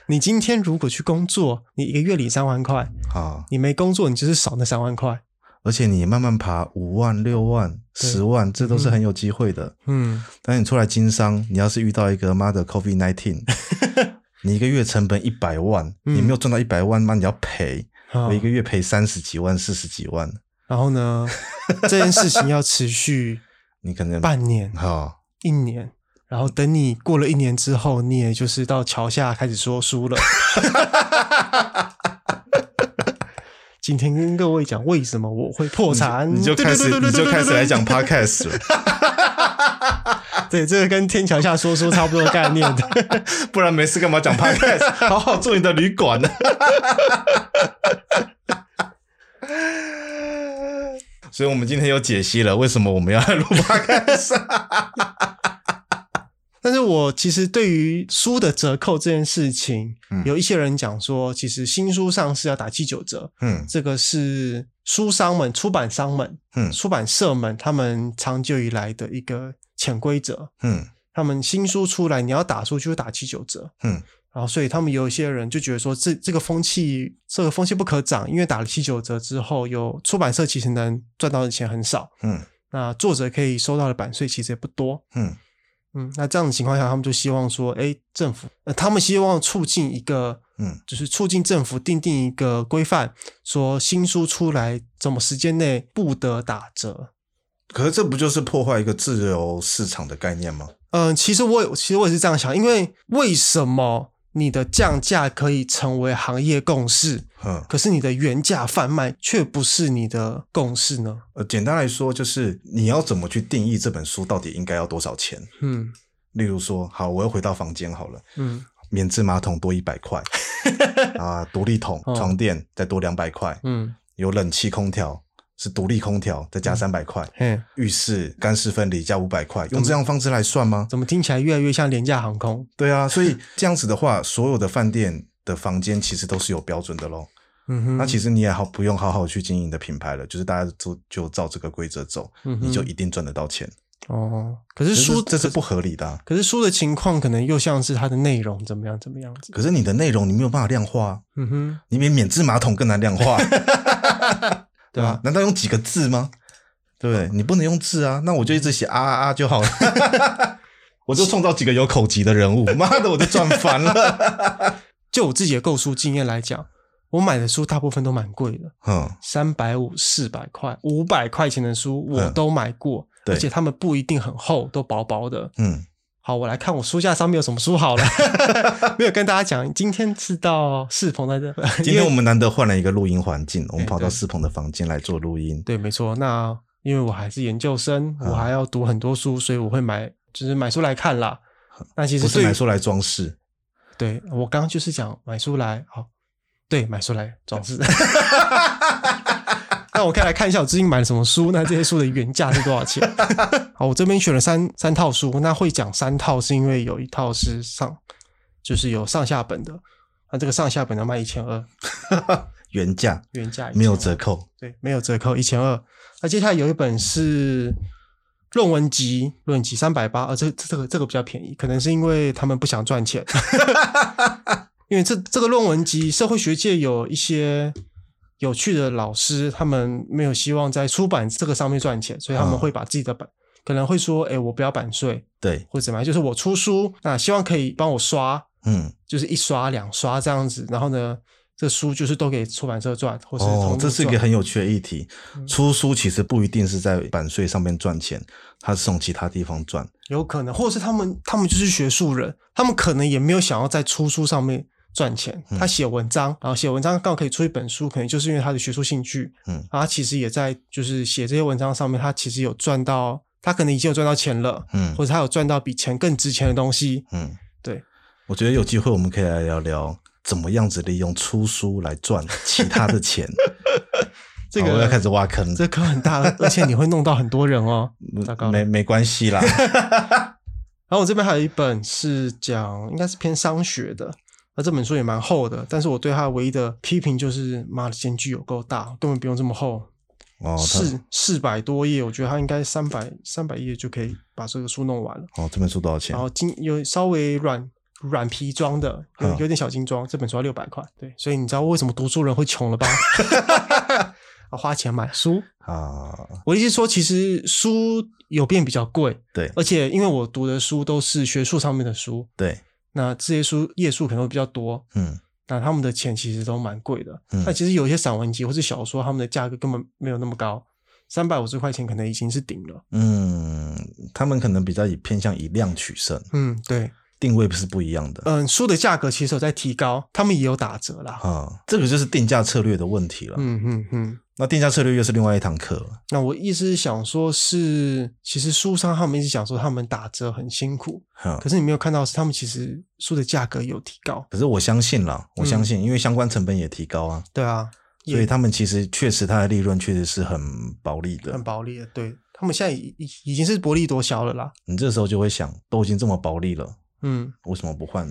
你今天如果去工作，你一个月领三万块，
啊！
你没工作，你就是少那三万块。
而且你慢慢爬，五万、六万、
对
十万，这都是很有机会的。
嗯，
但你出来经商，你要是遇到一个妈的 COVID nineteen，你一 个月成本一百万，
嗯
你没有赚到一百万，妈你要赔，
好
我一。个月赔三十几万、四十几万，
然后呢，这件事情要持续
你可能
半年、
好、
一年，然后等你过了一年之后，你也就是到桥下开始说书了。今天跟各位讲为什么我会破产，
你就开始
对
你就开始来讲。podcast 了，
对对对对对对对对对，这个跟天桥下说书差不多概念的。
不然没事干嘛讲 podcast？好 好住你的旅馆呢。 所以，我们今天有解析了为什么我们要来录 podcast。
但是我其实对于书的折扣这件事情，
嗯
有一些人讲说，其实新书上市要打七九折，
嗯
这个是书商们、出版商们、
嗯
出版社们他们长久以来的一个潜规则。
嗯
他们新书出来，你要打出去就打七九折，
嗯，
然后所以他们有一些人就觉得说这这个风气，这个风气不可长，因为打了七九折之后，有出版社其实能赚到的钱很少，
嗯
那作者可以收到的版税其实也不多，
嗯
嗯，那这样的情况下，他们就希望说，哎，政府，呃，他们希望促进一个，
嗯
就是促进政府定定一个规范，说新书出来怎么时间内不得打折。
可是这不就是破坏一个自由市场的概念吗？
嗯、其实我有，其实我也是这样想，因为为什么你的降价可以成为行业共识，
嗯，
可是你的原价贩卖却不是你的共识呢？
呃，简单来说就是你要怎么去定义这本书到底应该要多少钱？
嗯
例如说，好，我又回到房间好了，
嗯
免治马桶多一百块啊，独立桶、
哦
床垫再多两百块，
嗯，
有冷气空调是独立空调再加三百块，
嘿，
浴室干湿分离加五百块，用这样方式来算吗？
怎么听起来越来越像廉价航空？
对啊，所以这样子的话，所有的饭店的房间其实都是有标准的咯。
嗯哼，
那其实你也好不用好好去经营你的品牌了，就是大家都就照这个规则走，
嗯哼
你就一定赚得到钱。
哦，可是
这
书
是这是不合理的啊、
可是书的情况可能又像是它的内容怎么样怎么样子。
可是你的内容你没有办法量化啊，
嗯哼，
你比免治马桶更难 量化，啊
啊对吧？
难道用几个字吗？对不对？
嗯
你不能用字啊，那我就一直写啊啊啊就好了。 我就创造几个有口疾的人物，妈的，我就赚翻 了。
就我自己的购书经验来讲，我买的书大部分都蛮贵的，
嗯，
三百五、四百块、五百块钱的书我都买过，
对
而且它们不一定很厚，都薄薄的。
嗯，
好，我来看我书架上面有什么书 好了。 没有跟大家讲，今天是到世鹏在这，因
今天
为
我们难得换了一个录音环境，我
哎
们跑到
对
世鹏的房间来做录音。
对，没错。那因为我还是研究生，
嗯
我还要读很多书，所以我会买，就是买书来看啦。那其实
不是
对于
买书来装饰，
对我刚刚就是讲买书来，好、对，买书来装饰。 那我可以来看一下我最近买了什么书，那这些书的原价是多少钱？ 好，我这边选了三三套书，那会讲三套是因为有一套是上，就是有上下本的，那这个上下本要卖一千二，
原价
原价
没有
折。
折扣。
对，没有折扣，一千二。那接下来有一本是论文集，论文集三百八，呃，这这这个这个比较便宜，可能是因为他们不想赚钱， 因为这这个论文集，社会学界有一些有趣的老师，他们没有希望在出版这个上面赚钱，所以他们
嗯
会把自己的版，可能会说，哎，我不要版税
对，
或者怎么样，就是我出书，那希望可以帮我刷，
嗯，
就是一刷两刷这样子，然后呢，这书就是都给出版社赚，或是同
哦
路，
这是一
赚
个很有趣的议题
嗯。
出书其实不一定是在版税上面赚钱，它是从其他地方赚。
有可能，或者是他们他们就是学术人，他们可能也没有想要在出书上面赚钱。
嗯
他写文章，然后写文章刚好可以出一本书，可能就是因为他的学术兴趣。
嗯
然后他其实也在就是写这些文章上面，他其实有赚到，他可能已经有赚到钱了，
嗯
或者他有赚到比钱更值钱的东西。
嗯，
对，
我觉得有机会我们可以来聊聊怎么样子利用出书来赚其他的钱。 哦
这
好我要开
个
始挖坑，
这坑很大，而且你会弄到很多人哦。糟糕了
没没关系啦。
然后我这边还有一本是讲，应该是偏商学的，那这本书也蛮厚的，但是我对它唯一的批评就是，妈的，间距有够大，根本不用这么厚，
哦，它
四四百多页，我觉得它应该三百三百页就可以把这个书弄完了。
哦，这本书多少钱
然？后精有稍微软软皮装的，有
嗯
有点小精装，这本书要六百块，对，所以你知道为什么读书人会穷了吧？ 要花钱买书。
啊，
我的意思是说，其实书有变比较贵，
对
而且因为我读的书都是学术上面的书，
对，
那这些书页数可能会比较多，
嗯
那他们的钱其实都蛮贵的。
嗯
那其实有一些散文集或是小说，他们的价格根本没有那么高，三百五十块钱可能已经是顶了。
嗯，他们可能比较以偏向以量取胜，
嗯，对，
定位是不一样的。
嗯，书的价格其实有在提高，他们也有打折啦。
啊，这个就是定价策略的问题了。
嗯嗯嗯。
那定价策略又是另外一堂课了。
那我意思是想说是，其实书商他们一直讲说他们打折很辛苦，
哈
可是你没有看到是他们其实书的价格有提高。
可是我相信啦，我相信，因为相关成本也提高啊，
对啊，嗯也
所以他们其实确实它的利润确实是很薄利的
很。薄利的。对他们现在已已已经是薄利多销了啦。
你这时候就会想，都已经这么薄利了，
嗯，
为什么不换？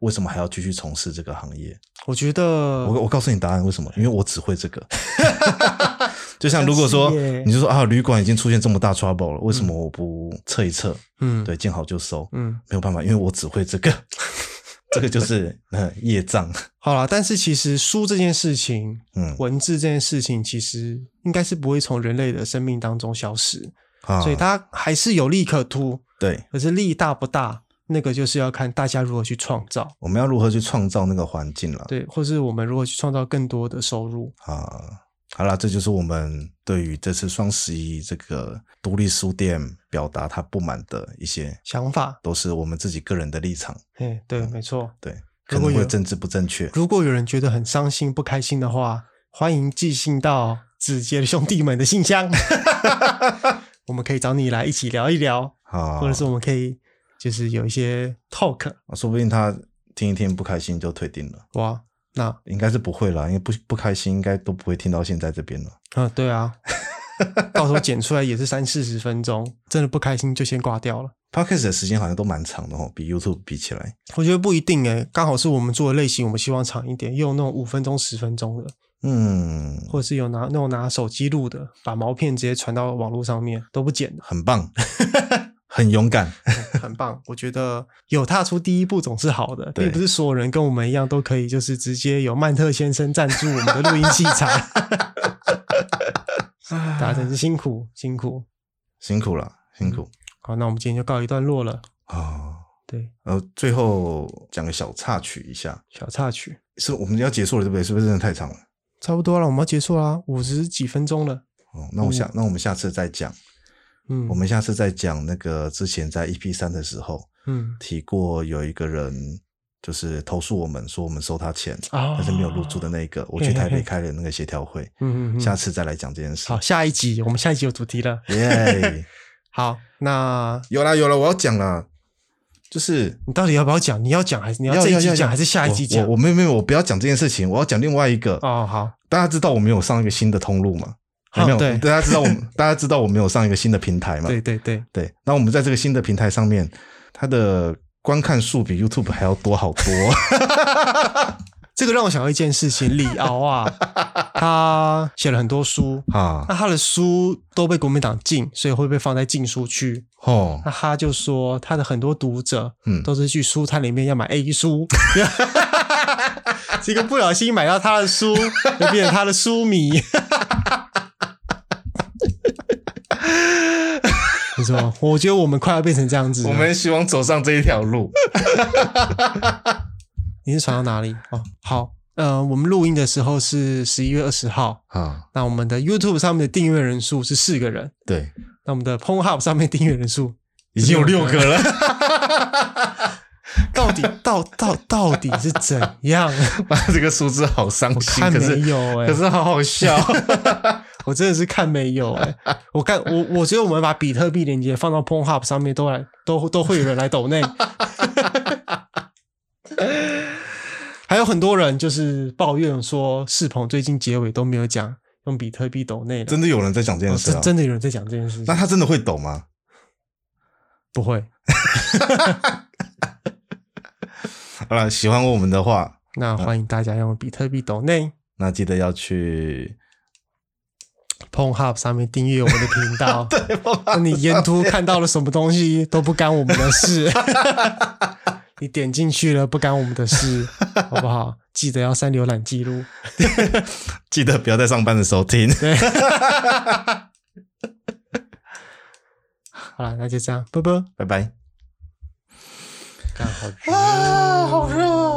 为什么还要继续从事这个行业？
我觉得
我我告诉你答案，为什么？因为我只 会这个。 就像如果说
真是耶
你就说啊，旅馆已经出现这么大 trouble 了，为什么我不测一测？
嗯，
对，见好就收，
嗯，
没有办法，因为我只会这 个，这个就是呃业障。
好啦，但是其实书这件事情，
嗯，
文字这件事情，其实应该是不会从人类的生命当中消失，
啊
所以它还是有利可图。
对，
可是利大不大，那个就是要看大家如何去创造，
我们要如何去创造那个环境了？
对，或是我们如何去创造更多的收入。
啊，好啦，这就是我们对于这次双十一这个独立书店表达他不满的一些，
想法，
都是我们自己个人的立场，
哎，对，
嗯
没错。
对，可
如果
能会
有
政治不正确。
如果有人觉得很伤心、不开心的话，欢迎寄信到 子杰兄弟们的信 箱，我们可以找你来一起聊一聊，
啊，
或者是我们可以就是有一些 talk。
说不定他听一听不开心就退订了，
哇，那
应该是不会啦，因为不不开心应该都不会听到现在这边了。
啊，对 啊，到时候剪出来也是三四十分钟，真的不开心就先挂掉了。
Podcast 的时间好像都蛮长的哦，比 YouTube 比起来，
我觉得不一定诶、刚好是我们做的类型，我们希望长一点，也有那种五分钟、十分钟的，
嗯，
或者是有拿那种拿手机录的，把毛片直接传到网络上面都不剪的。
很棒， 很勇敢。
很棒，我觉得有踏出第一步总是好的，
对
并不是所有人跟我们一样都可以，就是直接有曼特先生赞助我们的录音器 材，大家真是辛苦辛苦。
辛苦了，辛苦
好，那我们今天就告一段落了。
啊、
对，
然后最后讲个小插曲一下，
小插曲
是我们要结束了，对不对？是不是真的太长了？
差不多了，我们要结束啦，五十几分钟了。
哦，那我下、那我们下次再讲，
嗯，
我们下次再讲那个之前在 EP 三的时候
嗯
提过有一个人就是投诉我们说我们收他钱，
啊，
但是没有入住的那一个，我
嘿
去
嘿
台北
嘿
开了那个协调会，
嗯嗯嗯，
下次再来讲这件事
好，。下一集我们下一集有主题了。
耶，
好，那
有啦有啦，我要讲啦，就是
你到底要不要讲？你要讲还是你要这一集讲还是下一集讲
我？我没有没有，我不要讲这件事情，我要讲另外一个。
哦，好，
大家知道我们有上一个新的通路嘛？有没有？
好哦对
大家知道我们大家知道我们有上一个新的平台嘛？
对对对，
对那我们在这个新的平台上面，它的观看数比 YouTube 还要多好多。
这个让我想到一件事情，李敖 啊，他写了很多书，
啊，
那他的书都被国民党禁，所以会被放在禁书区。
哦，
那他就说，他的很多读者，
嗯
都是去书摊里面要买 A 书， 结果不小心买到他的书，就变成他的书迷。 没错，我觉得我们快要变成这样子了。
我们希望走上这一条路。
你是传到哪里？哦，好，呃，我们录音的时候是十一月二十号，
啊，
那我们的 YouTube 上面的订阅人数是四个人，
对，
那我们的 p o n h u b 上面订阅人数
已经有六个了，
到底到到到底是怎 样？
哇，这个数字好伤
我
心，
看
可是
没有哎、
可是好好笑。
我真的是看没有哎、我看我我觉得我们把比特币链接放到 p o n h u b 上面都来都都会有人来抖内。 还有很多人就是抱怨说，世鹏最近结尾都没有讲用比特币抖内了，
真的有人在讲这件
哦
事啊
真？真的有人在讲这件事
那
情？
他真的会抖吗？
不会，
好了，喜欢我们的话，
那欢迎大家用比特币抖内、
那记得要去
p o n h u b 上面订阅我们的频 道。
对吧
那你沿途看到了什么东西都不干我们的事， 你点进去了不干我们的事， 好不好？记得要删浏览记录。
记得不要在上班的时候听。
好了，那就这样，啵啵。
拜拜。
干好热
啊，好热哦！